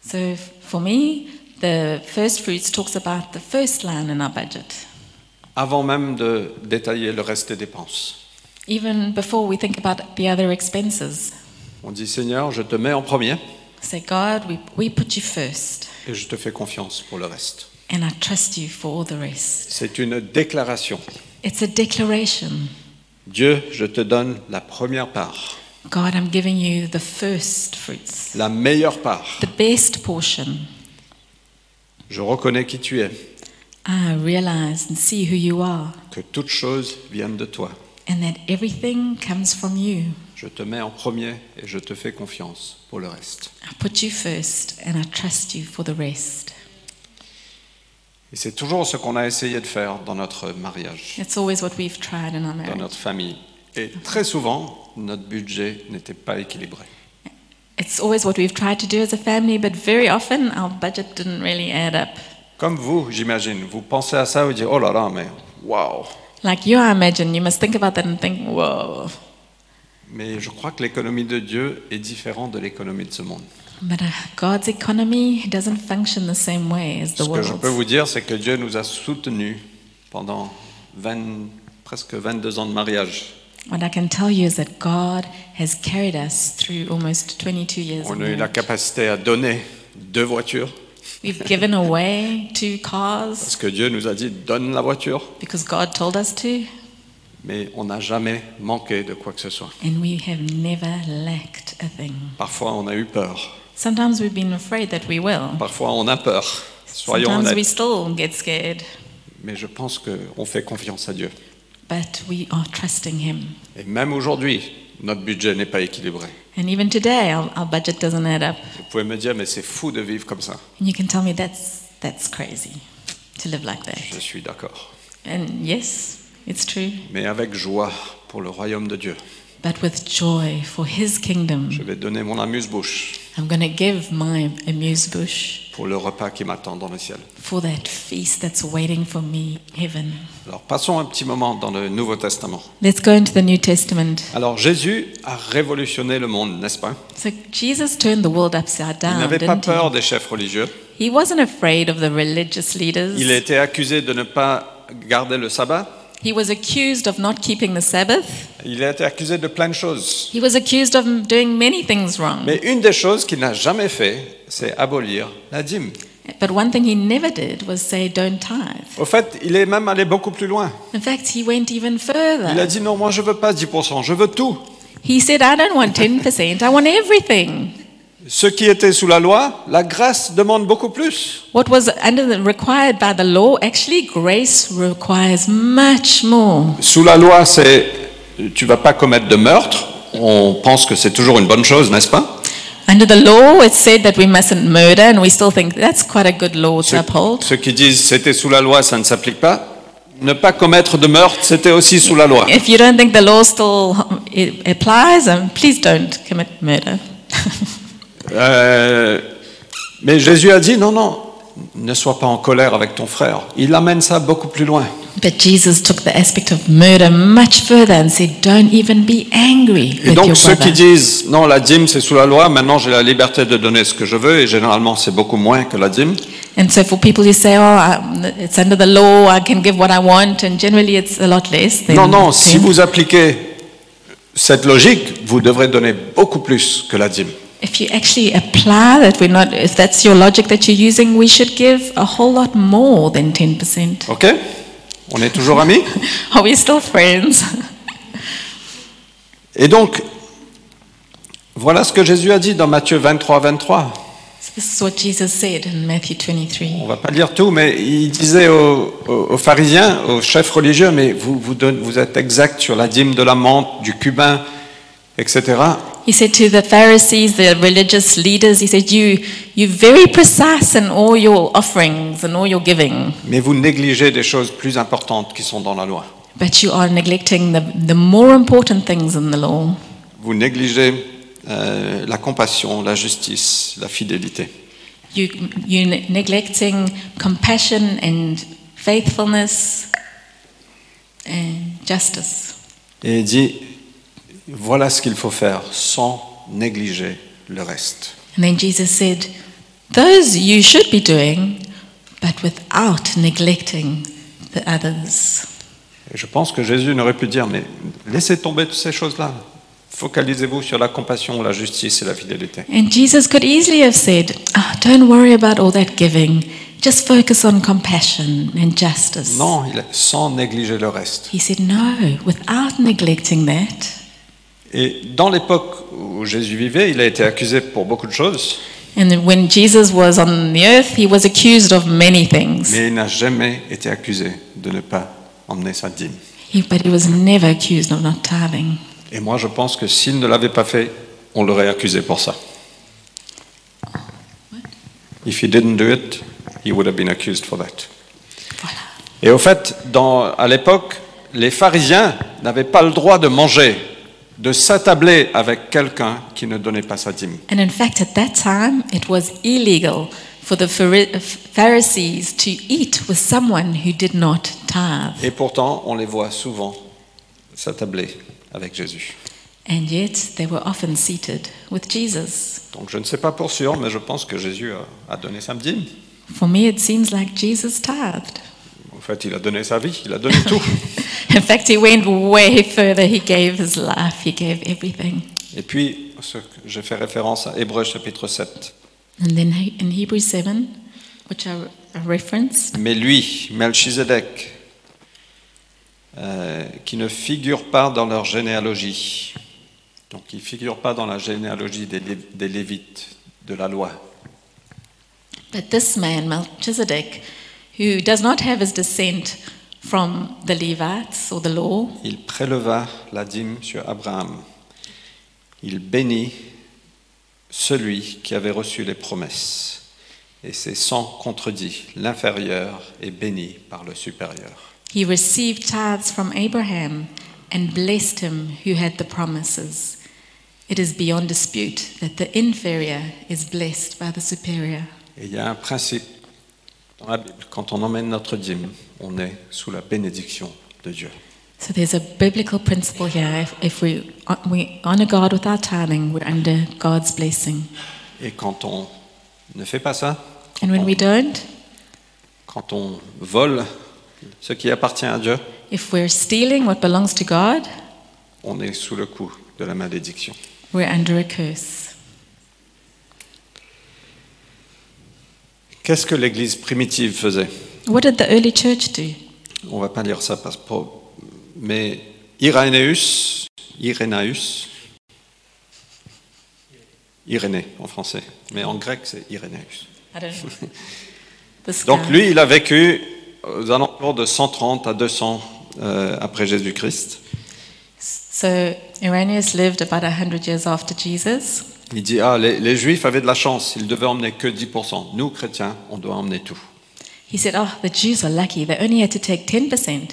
So for me, the first fruits talks about the first line in our budget.
Avant même de détailler le reste des dépenses,
Even before we think about the other expenses,
on dit Seigneur, je te mets en premier
say, God, we, we put you first,
et je te fais confiance pour le reste.
and I trust you for all the rest.
C'est une déclaration.
It's a declaration.
Dieu, je te donne la première part,
God, I'm giving you the first fruits,
la meilleure part.
the best portion.
Je reconnais qui tu es,
I realize and see who you are,
que toutes choses viennent de toi.
and that everything comes from you.
Je te mets en premier et je te fais confiance pour le reste.
I put you first, and I trust you for the rest.
Et c'est toujours ce qu'on a essayé de faire dans notre mariage,
It's always what we've tried in our
dans
marriage.
notre famille. Et très souvent, notre budget n'était pas équilibré.
It's always what we've tried to do as a family, but very often our budget didn't really add up.
Comme vous, j'imagine, vous pensez à ça et vous dites, oh là là, mais waouh
Like you, I imagine, you must think about that and think, whoa.
Mais je crois que l'économie de Dieu est différente de l'économie de ce monde.
But uh, God's economy doesn't function the same way as the
Ce que je peux
world's.
vous dire, c'est que Dieu nous a soutenus pendant 20 presque 22 ans de mariage.
What I can tell you is that God has carried us through almost 22 years. of
On a eu la
marriage.
capacité à donner deux voitures,
We've given away two cars
parce que Dieu nous a dit, donne la voiture.
because God told us to,
mais on n'a jamais manqué de quoi que ce soit.
and we have never lacked a thing.
Parfois on a eu peur,
Sometimes we've been afraid that we will.
parfois on a peur, soyons
Sometimes we
honnêtes.
still get scared,
Mais je pense qu'on fait confiance à Dieu.
but we are trusting Him.
Et même aujourd'hui, notre budget n'est pas équilibré.
And even today, our, our budget doesn't add up.
Vous pouvez me dire, mais c'est fou de vivre comme ça.
And you can tell me that's, that's crazy to live like
Je
that.
suis d'accord.
And yes, it's true,
Mais avec joie pour le royaume de Dieu.
but with joy for His kingdom.
Je vais donner mon amuse-bouche
I'm going to give my amuse bush
pour le repas qui m'attend dans le ciel.
for that feast that's waiting for me, heaven.
Alors passons un petit moment dans le Nouveau Testament.
Let's go into the New Testament.
Alors Jésus a révolutionné le monde, n'est-ce pas
So Jesus turned the world upside
Il
down,
n'avait pas
didn't
peur des chefs religieux.
he? He wasn't afraid of the religious leaders.
Il a été accusé de ne pas garder le sabbat.
He was accused of not keeping the Sabbath.
Il a été accusé de plein de choses.
He was accused of doing many things wrong.
Mais une des choses qu'il n'a jamais fait, c'est abolir la dîme.
But one thing he never did was say, don't tithe.
Au fait, il est même allé beaucoup plus loin.
In fact, he went
Il a
even further.
dit non, moi je veux pas 10%, je veux tout.
He said, I don't want 10%, I want everything.
Ce qui était sous la loi, la grâce demande beaucoup plus.
What was under the, required by the law, actually, grace requires much more.
Sous la loi, c'est euh, tu vas pas commettre de meurtre. On pense que c'est toujours une bonne chose, n'est-ce pas
Under the law, it said that we mustn't murder, and we still think that's quite a good law to
ceux,
uphold.
ceux qui disent c'était sous la loi, ça ne s'applique pas. Ne pas commettre de meurtre, c'était aussi sous la loi.
If you don't think the law still it applies, um, please don't commit murder.
Euh, mais Jésus a dit, non, non, ne sois pas en colère avec ton frère. Il amène ça beaucoup plus loin.
But Jesus took the aspect of murder much further and said, don't even be angry
Et
with your
donc ceux qui
brother.
disent, non, la dîme, c'est sous la loi, maintenant j'ai la liberté de donner ce que je veux, et généralement c'est beaucoup moins que la dîme.
And so for people who say, oh, I- it's under the law, I can give what I want, and generally it's a lot less. Than
Non, non, si
than-
vous appliquez cette logique, vous devrez donner beaucoup plus que la dîme.
If you actually apply that, we're not, if that's your logic that you're using, we should give a whole lot more than 10%.
OK On est toujours amis
Are we still friends?
Et donc, voilà ce que Jésus a dit dans Matthieu 23, 23.
So this is what Jesus said in Matthew 23.
On va pas lire tout, mais il disait aux, aux- aux pharisiens, aux chefs religieux, mais vous, vous, donne- vous êtes exact sur la dîme de la menthe, du cubain, etc.
He said to the Pharisees, the religious leaders, he said, you, you're very precise in all your offerings and all your giving,
Mais vous négligez des choses plus importantes qui sont dans la loi.
but you are neglecting the, the more important things in the law.
Vous négligez euh, la compassion, la justice, la fidélité.
You, you're ne- neglecting compassion and faithfulness and justice.
Et il dit, voilà ce qu'il faut faire sans négliger le reste.
And then Jesus said, Those you should be doing, but without neglecting the others.
Et je pense que Jésus n'aurait pu dire, mais laissez tomber toutes ces choses-là. Focalisez-vous sur la compassion, la justice et la fidélité.
And Jesus could easily have said, "Ah, Don't worry about all that giving, just focus on compassion and justice.
Non, il- sans négliger le reste.
He said, No, without neglecting that.
Et dans l'époque où Jésus vivait, il a été accusé pour beaucoup de choses,
And when Jesus was on the earth, he was accused of many things.
mais il n'a jamais été accusé de ne pas emmener sa dîme.
He, but he was never accused of not tithing.
Et moi, je pense que s'il ne l'avait pas fait, on l'aurait accusé pour ça. If he didn't do it, he would have been accused for that.
Voilà.
Et au fait, dans- à l'époque, les pharisiens n'avaient pas le droit de manger, de s'attabler avec quelqu'un qui ne donnait pas sa dîme.
And in fact, at that time, it was illegal for the Phari- uh, Pharisees to eat with someone who did not tithe.
Et pourtant, on les voit souvent s'attabler avec Jésus.
And yet, they were often seated with Jesus.
Donc je ne sais pas pour sûr, mais je pense que Jésus a- a donné sa dîme.
For me, it seems like Jesus tithed.
En fait, il a donné sa vie, il a donné tout.
In fact, he went way further. He gave his life, he gave everything.
Et puis, ce que j'ai fait référence à Hébreux chapitre 7.
And then he- in Hebrews 7, which I I referenced,
Mais lui, Melchizedek, euh, qui ne figure pas dans leur généalogie, donc il ne figure pas dans la généalogie des, Lé- des Lévites, de la loi,
But this man, Melchizedek, who does not have his descent from the Levites or the law,
Il préleva la dîme sur Abraham. Il bénit celui qui avait reçu les promesses. Et c'est sans contredit, l'inférieur est béni par le supérieur.
he received tithes from Abraham and blessed him who had the promises. It is beyond dispute that the inferior is blessed by the superior.
Et il y a un principe dans la Bible, quand on emmène notre dîme, on est sous la bénédiction de Dieu.
So there's a biblical principle here. If, if we, uh, we honor God with our tithing, we're under God's blessing.
Et quand on ne fait pas ça,
And when we don't,
quand on vole ce qui appartient à Dieu,
if we're stealing what belongs to God,
on est sous le coup de la malédiction.
we're under a curse.
Qu'est-ce que l'Église primitive faisait
What did the early church do?
on va pas lire ça parce pour- mais Irénéus, Irénaeus, Irénée en français, mais en grec c'est Irénéus.
I don't know. This
Donc
guy.
lui, il a vécu euh, aux alentours de 130 à 200 euh, après Jésus-Christ.
So Irenaeus lived about 100 years after Jesus.
Il dit ah les, les Juifs avaient de la chance, ils devaient emmener que 10%. Nous chrétiens, on doit emmener tout.
He said, Oh, the Jews are lucky. They only had to take 10%.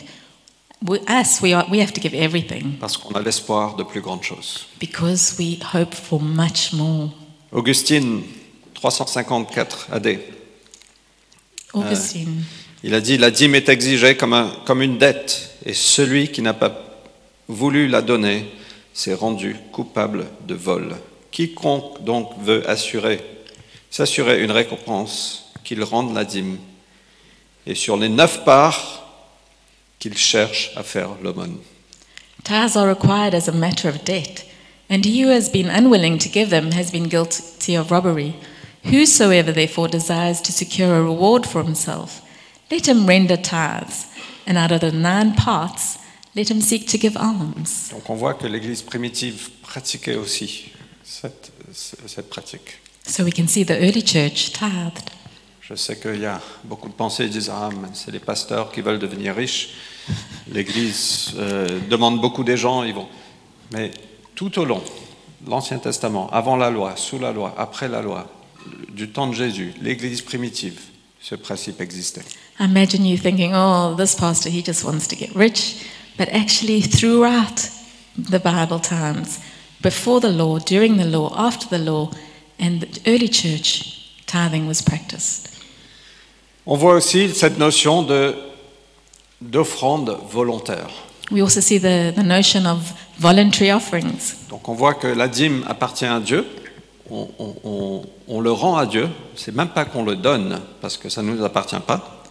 We, us, we, are, we have to give everything
parce qu'on a l'espoir de plus grandes choses.
because we hope for much more.
Augustine 354 AD, Uh,
Augustine.
il a dit La dîme est exigée comme, un- comme une dette, et celui qui n'a pas voulu la donner s'est rendu coupable de vol. Quiconque donc veut assurer, s'assurer une récompense, qu'il rende la dîme, et sur les neuf parts, qu'il cherche à faire l'aumône.
Tithes are required as a matter of debt, and he who has been unwilling to give them has been guilty of robbery. Whosoever therefore desires to secure a reward for himself, let him render tithes, and out of the nine parts, let him seek to give alms.
Donc on voit que l'Église primitive pratiquait aussi cette, cette pratique.
So we can see the early church tithed.
Je sais qu'il y a beaucoup de pensées qui disent Ah, mais c'est les pasteurs qui veulent devenir riches. L'Église euh, demande beaucoup des gens, ils vont. Mais tout au long, l'Ancien Testament, avant la loi, sous la loi, après la loi, du temps de Jésus, l'Église primitive, ce principe existait.
I imagine you thinking, oh, this pastor, he just wants to get rich. But actually, throughout the Bible times, before the law, during the law, after the law, and the early church, tithing was practiced.
On voit aussi cette notion de- d'offrande volontaire.
We also see the, the notion of voluntary offerings.
Donc on voit que la dîme appartient à Dieu, on, on- on- on le rend à Dieu, c'est même pas qu'on le donne parce que ça ne nous appartient pas,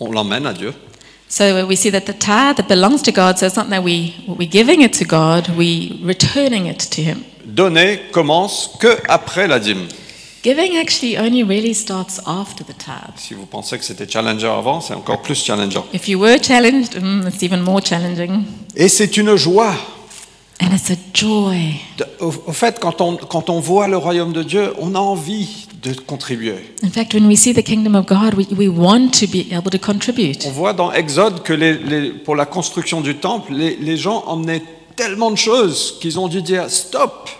on l'emmène à Dieu.
So we see that the tithe that belongs to God, so it's not that we, we're giving it to God, we're returning it to Him.
Donner commence que après la dîme.
Giving actually only really starts after the tithe.
Si vous pensez que c'était challenger avant, c'est encore plus challenger.
If you were challenged, mm, it's even more challenging.
Et c'est une joie.
And it's a joy.
De- Au, au fait, quand on, quand on voit le royaume de Dieu, on a envie de contribuer.
In fact, when we see the kingdom of God, we, we want to be able to contribute.
On voit dans Exode que les- les- pour la construction du temple, les, les gens emmenaient tellement de choses qu'ils ont dû dire stop,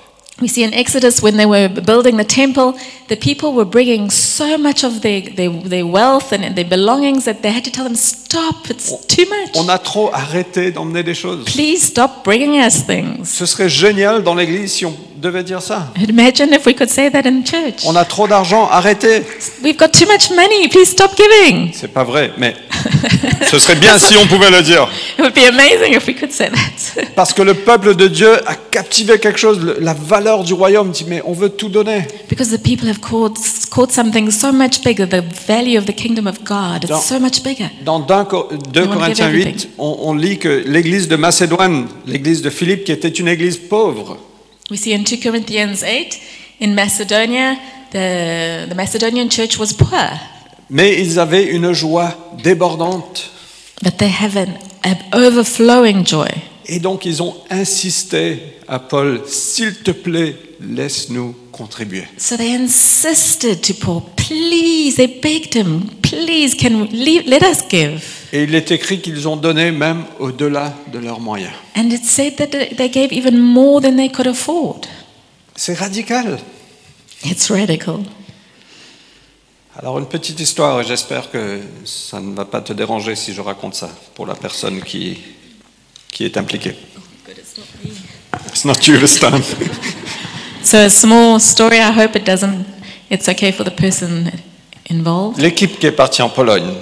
We see in Exodus when they were building the temple, the people were bringing so much of their, their, their wealth and their belongings that they had to tell them, stop, it's too
Oh, On
much.
a trop arrêté d'emmener des choses.
Please stop bringing us things.
Ce serait génial dans l'église si on devait dire ça.
Imagine if we could say that in church.
On a trop d'argent, arrêtez.
We've got too much money, please stop giving.
C'est pas vrai, mais ce serait bien si on pouvait le dire.
It would be amazing if we could say that.
Parce que le peuple de Dieu a captivé quelque chose, le- la valeur du royaume. Dit, mais on veut tout donner.
because the people have caught, caught something so much bigger, the value of the kingdom of God,
Don't-
it's so much bigger.
Dans 2 Cor- 2
They wanna give
Corinthiens 8,
everything.
on, on lit que l'église de Macédoine, l'église de Philippe, qui était une église pauvre,
We see in 2 Corinthians 8, in Macedonia, the, the Macedonian church was poor,
mais ils avaient une joie débordante.
but they have an, an overflowing joy.
Et donc ils ont insisté à Paul, s'il te plaît, laisse-nous contribuer.
So they insisted to Paul, please, they begged him, please, can we leave, let us give.
Et il est écrit qu'ils ont donné même au-delà de leurs moyens.
And it said that they they gave even more than they could afford.
C'est radical.
It's radical.
Alors une petite histoire, et j'espère que ça ne va pas te déranger si je raconte ça pour la personne qui, qui est impliquée. It's not you this time.
So a small story, I hope it doesn't, it's okay for the person involved.
L'équipe qui est partie en Pologne,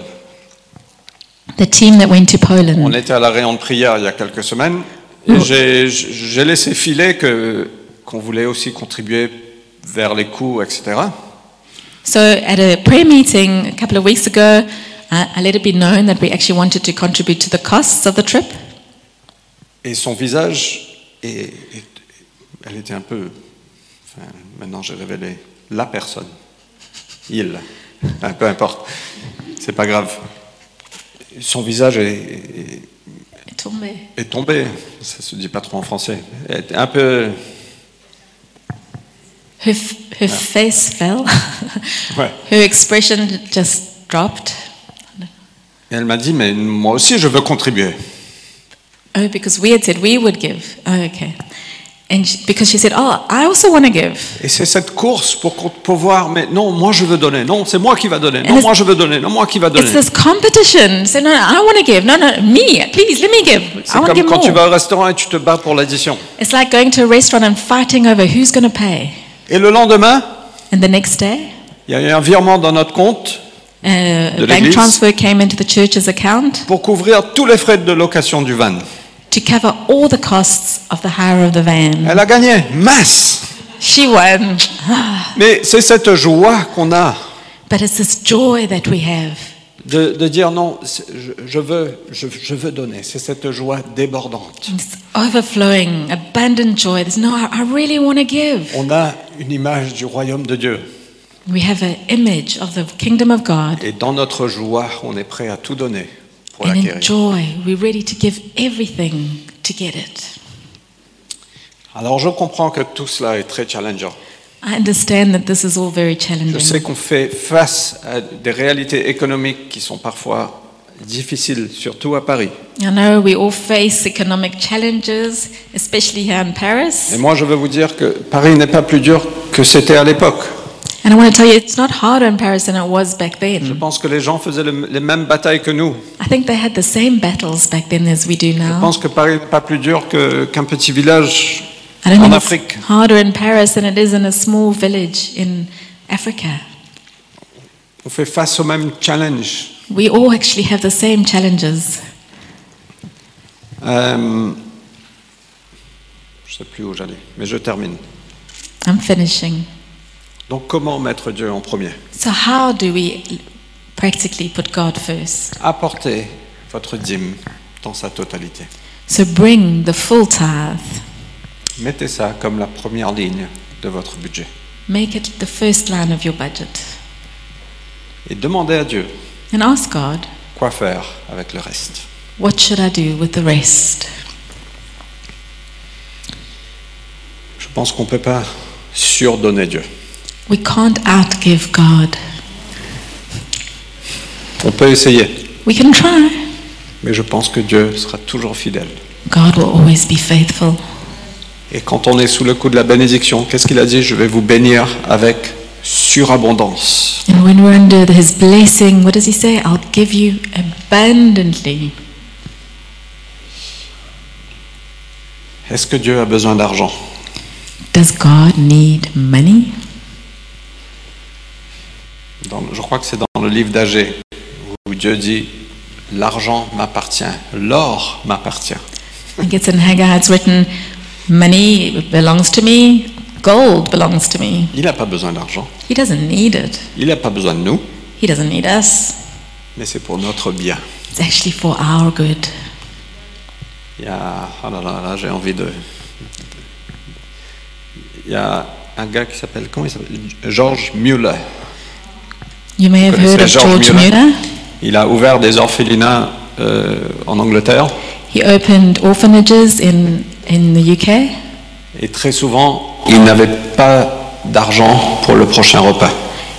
The team that went to Poland.
on était à la réunion de prière il y a quelques semaines, et j'ai- j'ai laissé filer que- qu'on voulait aussi contribuer vers les coûts, etc.
So at a prayer meeting a couple of weeks ago, I, I let it be known that we actually wanted to contribute to the costs of the trip.
Et son visage, est- est- elle était un peu. Enfin, maintenant j'ai révélé la personne. Il. Enfin, peu importe. C'est pas grave. Son visage est, est- est tombé. Ça se dit pas trop en français. Elle était un peu.
Her, f- her face fell.
Ouais.
Her expression just dropped.
Et elle m'a dit Mais moi aussi je veux contribuer.
Oh, because we had said we would give. Oh, okay. And she, because she said, Oh, I also want to give.
Et c'est cette course pour qu'on- pour voir, mais non, moi je veux donner, non, c'est moi qui va donner, non,
it's-
moi je veux donner, non, moi qui va
It's
donner.
this competition. Say, no, no, I want to give. No, no, me, please, let me give. I
C'est
want to
comme
give
quand tu vas
more.
au restaurant et tu te bats pour l'addition.
It's like going to a restaurant and fighting over who's going to pay.
Et le lendemain,
And the next day,
il y a eu un virement dans notre compte
uh,
De
a bank
l'église.
transfer came into the church's account
pour couvrir tous les frais de location du van.
to cover all the costs of the hire of the van.
Elle a gagné, masse.
She won.
Mais c'est cette joie qu'on a
But it's this joy that we have
de, de dire non, c'est- je, je veux, je, je veux donner. C'est cette joie débordante.
this overflowing, abundant joy. There's no, I, I really want to give.
On a une image du royaume de Dieu.
We have an image of the kingdom of God.
Et dans notre joie, on est prêt à tout donner pour
and
l'acquérir.
in joy, we're ready to give everything to get it.
Alors je comprends que tout cela est très challengeant.
I understand that this is all very
Je sais
challenging.
qu'on fait face à des réalités économiques qui sont parfois difficiles, surtout à Paris.
I know we all face economic challenges, especially here in
Et
Paris.
moi, je veux vous dire que Paris n'est pas plus dur que c'était à l'époque.
And I want to tell you, it's not harder in Paris than it was back
Je
then.
pense que les gens faisaient le- les mêmes batailles que nous.
I think they had the same battles back then as we do
Je
now.
pense que Paris n'est pas plus dur que- qu'un petit village
I don't
en
think
Afrique.
it's harder in Paris than it is in a small village in Africa.
On fait face aux mêmes challenges.
We all actually have the same challenges.
Euh, je ne sais plus où j'allais, mais je termine.
I'm finishing.
Donc comment mettre Dieu en premier
So, how do we practically put God first?
Apportez votre dîme dans sa totalité.
So, bring the full tithe,
Mettez ça comme la première ligne de votre budget.
make it the first line of your budget,
Et demandez à Dieu
and ask God,
quoi faire avec le reste.
What should I do with the rest?
Je pense qu'on ne peut pas surdonner Dieu.
We can't outgive God.
On peut essayer,
We can try.
mais je pense que Dieu sera toujours fidèle.
God will always be faithful.
Et quand on est sous le coup de la bénédiction, qu'est-ce qu'il a dit Je vais vous bénir avec surabondance.
And when we're under his blessing, what does he say? I'll give you abundantly.
Est-ce que Dieu a besoin d'argent
Does God need money?
Dans- Je crois que c'est dans le livre d'Agé où Dieu dit L'argent m'appartient, l'or m'appartient.
I think it's in Haggai, it's written, Money belongs to me, gold belongs to me.
Il n'a pas besoin d'argent,
He doesn't need it.
il n'a pas besoin de nous,
He doesn't need us.
mais c'est pour notre bien.
It's actually for our good.
Il y a. Oh là là, là j'ai envie de. Il y a un gars qui s'appelle. Comment il s'appelle George Mueller.
You may have heard of
connaissez George
George
Mueller
Mueller.
Il a ouvert des orphelinats euh, en Angleterre
He opened orphanages in, in the UK,
et très souvent, il n'avait pas d'argent pour le prochain repas.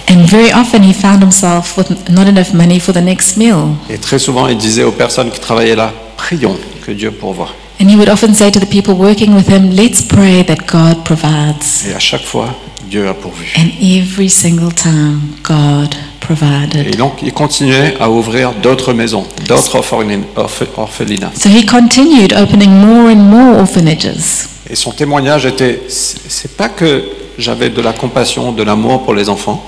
and very often he found himself with not enough money for the next meal.
Et très souvent, il disait aux personnes qui travaillaient là Prions que Dieu pourvoie.
And he would often say to the people working with him, Let's pray that God provides.
Et à chaque fois, Dieu a pourvu.
And every single time, God
Et
provided.
donc, il continuait à ouvrir d'autres maisons, d'autres orphelin- orphe- orphelinats.
So he continued opening more and more orphanages.
Et son témoignage était c'est c'est pas que j'avais de la compassion, de l'amour pour les enfants,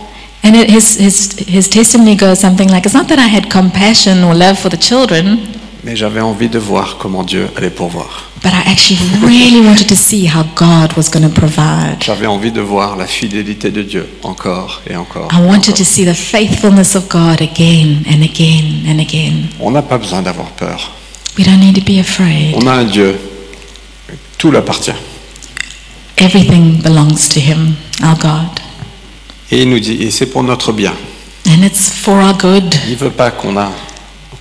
And it, his, his, his testimony goes something like It's not that I had compassion or love for the children,
mais j'avais envie de voir comment Dieu allait pourvoir.
but I actually really wanted to see how God was going to provide.
J'avais envie de voir la fidélité de Dieu encore et encore.
I wanted to see the faithfulness of God again and again and again.
On n'a pas besoin d'avoir peur.
We don't need to be afraid.
On a un Dieu. Tout l'appartient.
Everything belongs to Him, our God.
Et il nous dit, et c'est pour notre bien.
And it's for our good.
Il veut pas qu'on a,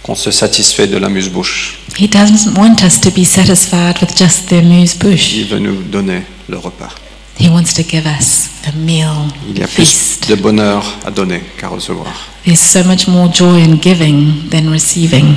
qu'on se satisfait de l'amuse-bouche.
He doesn't want us to be satisfied with just the amuse
Il
bush.
veut nous donner le repas.
He wants to give us a meal,
Il y
a
a plus
feast.
de bonheur à donner qu'à recevoir.
There's so much more joy in giving than receiving.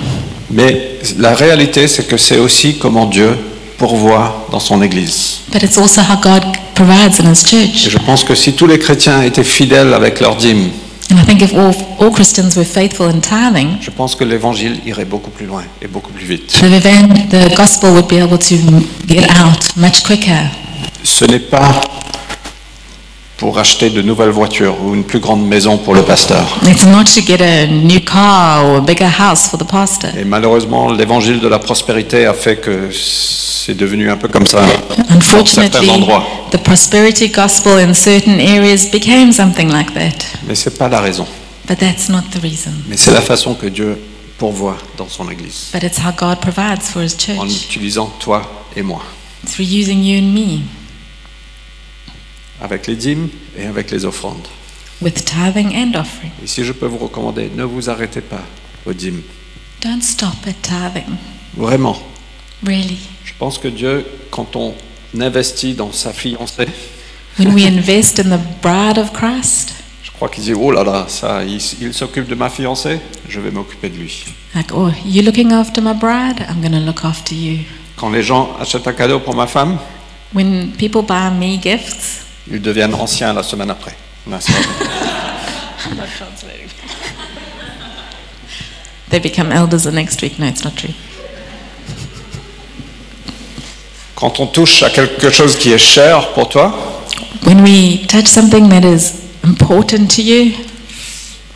Mais la réalité, c'est que c'est aussi comment Dieu pourvoit dans son Église.
But it's also how God provides in His
Et
church.
je pense que si tous les chrétiens étaient fidèles avec leur dîme,
And I think if all, all Christians were faithful in tithing,
je pense que l'Évangile irait beaucoup plus loin et beaucoup plus vite.
the, evan- the gospel would be able to get out much quicker.
Ce n'est pas pour acheter de nouvelles voitures ou une plus grande maison pour le pasteur.
It's not to get a new car or a bigger house for the pastor.
Et malheureusement, l'évangile de la prospérité a fait que c'est devenu un peu comme ça dans certains
Unfortunately,
endroits.
the prosperity gospel in certain areas became something like that.
Mais c'est pas la raison.
But that's not the reason.
Mais c'est la façon que Dieu pourvoit dans son Église,
But it's how God provides for His
en
church
utilisant toi et moi,
through using you and me
avec les dîmes et avec les offrandes.
with tithing and offering.
Et si je peux vous recommander, ne vous arrêtez pas aux dîmes.
Don't stop at tithing,
Vraiment,
really.
je pense que Dieu, quand on investit dans sa fiancée,
When we invest in the bride of Christ,
je crois qu'il dit, oh là là, ça, il, s- il s'occupe de ma fiancée, je vais m'occuper de lui.
like, oh, you're looking after my bride, I'm going to look after you.
Quand les gens achètent un cadeau pour ma femme,
When people buy me gifts,
ils deviennent anciens la semaine après. Non, c'est pas vrai.
they become elders the next week. No, it's not true.
Quand on touche à quelque chose qui est cher pour toi,
When we touch something that is important to you,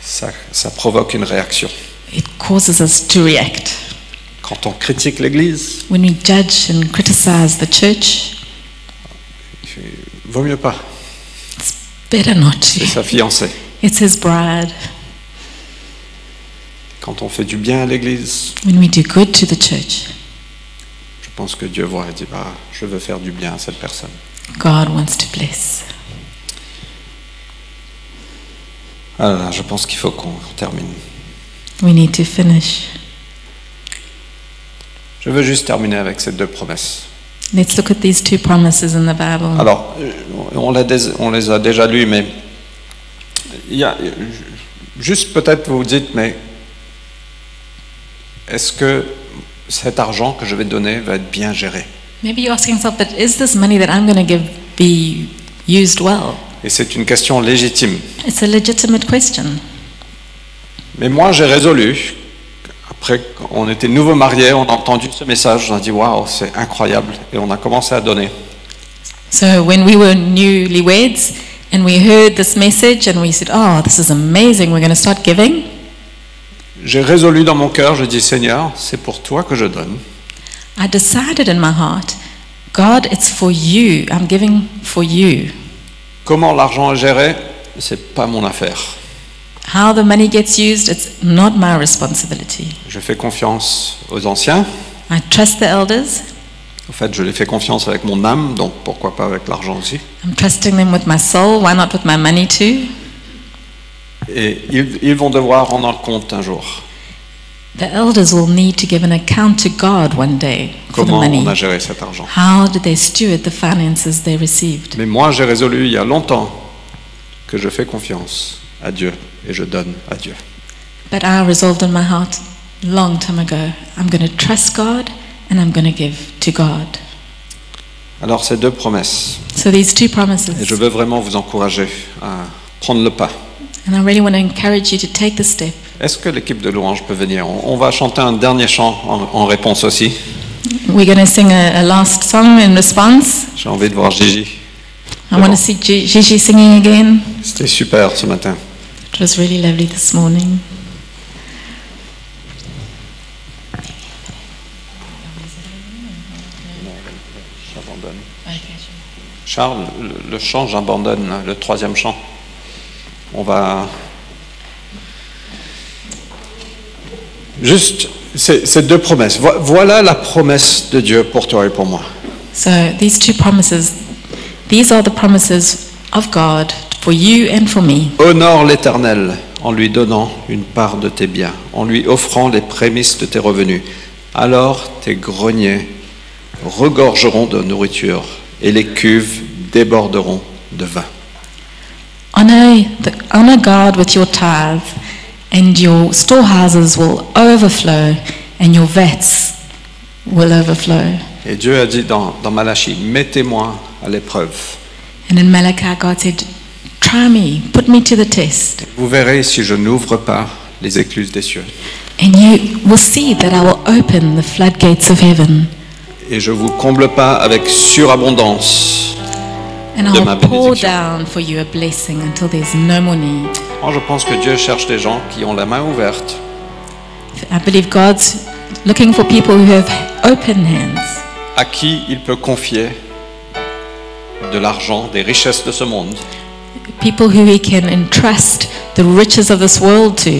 ça, ça provoque une réaction.
it causes us to react.
Quand on critique l'Église,
When we judge and criticize the church,
vaut mieux pas.
better not
C'est
to.
sa fiancée.
It's his bride.
Quand on fait du bien à l'Église,
When we do good to the church,
je pense que Dieu voit et dit bah, je veux faire du bien à cette personne.
God wants to bless.
Ah là là, je pense qu'il faut qu'on termine.
We need to finish.
Je veux juste terminer avec ces deux promesses.
Let's look at these two promises in the Bible.
Alors, euh, on, l'a dés- on les a déjà lus, mais il y a, euh, juste peut-être vous vous dites, mais est-ce que cet argent que je vais donner va être bien géré
Maybe you're asking yourself, but is this money that I'm going to give be used well?
Et c'est une question légitime.
It's a legitimate question.
Mais moi, j'ai résolu, après qu'on était nouveau mariés, on a entendu ce message, on a dit, waouh, c'est incroyable, et on a commencé à donner.
So when we were newlyweds and we heard this message and we said, oh, this is amazing, we're going to start giving,
J'ai résolu dans mon cœur, je dis, Seigneur, c'est pour toi que je donne,
I decided in my heart, God, it's for you. I'm giving for you.
Comment l'argent est géré, c'est pas mon affaire.
How the money gets used, it's not my responsibility.
Je fais confiance aux anciens.
I trust the elders.
En fait, je les fais confiance avec mon âme, donc pourquoi pas avec l'argent aussi.
I'm trusting them with my soul. Why not with my money too?
Et ils, ils vont devoir rendre compte un jour
The elders will need to give an account to God one day for the
comment
money.
on a géré cet argent.
How did they steward the finances they received?
Mais moi, j'ai résolu il y a longtemps que je fais confiance à Dieu et je donne à Dieu.
But I resolved in my heart long time ago, I'm going to trust God and I'm going to give to God.
Alors, ces deux promesses,
So these two
et je
promises,
veux vraiment vous encourager à prendre le pas.
and I really want to encourage you to take the step.
Est-ce que l'équipe de louange peut venir on, on va chanter un dernier chant en- en réponse aussi.
We're going to sing a, a last song in response.
J'ai envie de voir Gigi.
I want to see Gi- Gigi singing again.
C'était super ce matin.
It was really lovely this morning.
J'abandonne. Charles, le, le chant, j'abandonne, là, le troisième chant. On va. Juste ces, ces deux promesses. Vo- Voilà la promesse de Dieu pour toi et pour moi.
So these two promises, these are the promises of God for you and for me.
Honore l'Éternel en lui donnant une part de tes biens, en lui offrant les prémices de tes revenus. Alors tes greniers regorgeront de nourriture et les cuves déborderont de vin.
Honor, the, honor God with your tithe, and your storehouses will overflow, and your vats will overflow.
Et Dieu a dit dans, dans Malachie, mettez-moi à l'épreuve.
And in Malachi, God said, Try me, put me to the test,
Vous verrez si je n'ouvre pas les écluses des cieux.
and you will see that I will open the floodgates of heaven,
Et je vous comble pas avec surabondance.
and
De
I
ma
will pour
bénédiction.
down for you a blessing until there's no more need.
Moi, je pense que Dieu cherche des gens qui ont la main ouverte
I believe God's looking for people who have open hands.
à qui il peut confier de l'argent, des richesses de ce monde,
people who he can entrust the riches of this world to,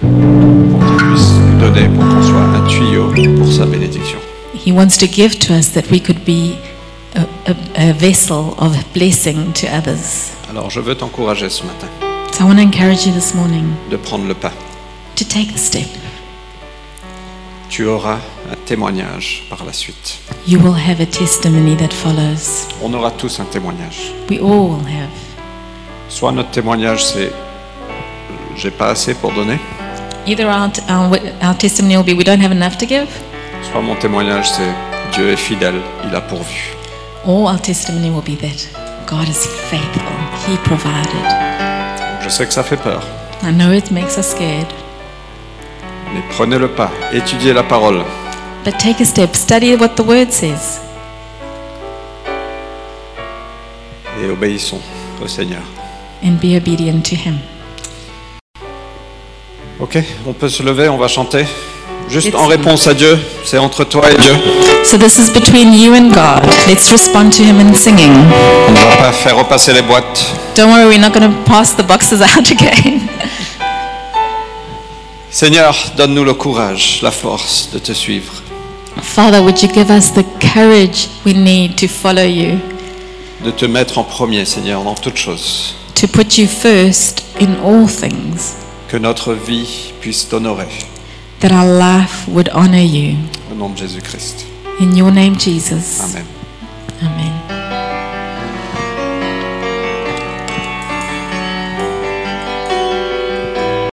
pour qu'on puisse lui donner, pour qu'on soit un tuyau pour sa bénédiction.
he wants to give to us that we could be a, a, a vessel of blessing to others.
Alors je veux t'encourager ce matin
So I want to encourage you this morning
de prendre le pas.
to take the step.
Tu auras un témoignage par la suite.
You will have a testimony that follows.
On aura tous un témoignage.
We all will have.
Soit notre témoignage c'est j'ai pas assez pour donner,
Either our, our, wit- our testimony will be we don't have enough to give,
soit mon témoignage c'est Dieu est fidèle, il a pourvu.
or our testimony will be that God is faithful, He provided.
Je sais que ça fait peur,
I know it makes us scared,
mais prenez le pas, étudiez la parole.
but take a step, study what the Word says.
et obéissons au Seigneur.
and be obedient to Him.
Ok, on peut se lever, on va chanter. Juste
Let's
en réponse à Dieu, c'est entre toi et Dieu.
So this is between you and God. Let's respond to Him in singing.
On ne va pas faire repasser les boîtes.
Don't worry, we're not going to pass the boxes out again.
Seigneur, donne-nous le courage, la force de te suivre.
Father, would you give us the courage we need to follow you,
De te mettre en premier, Seigneur, dans toutes choses.
to put you first in all things,
Que notre vie puisse t'honorer.
that our life would honor you.
Au nom de Jésus-Christ.
In your name, Jesus.
Amen.
Amen.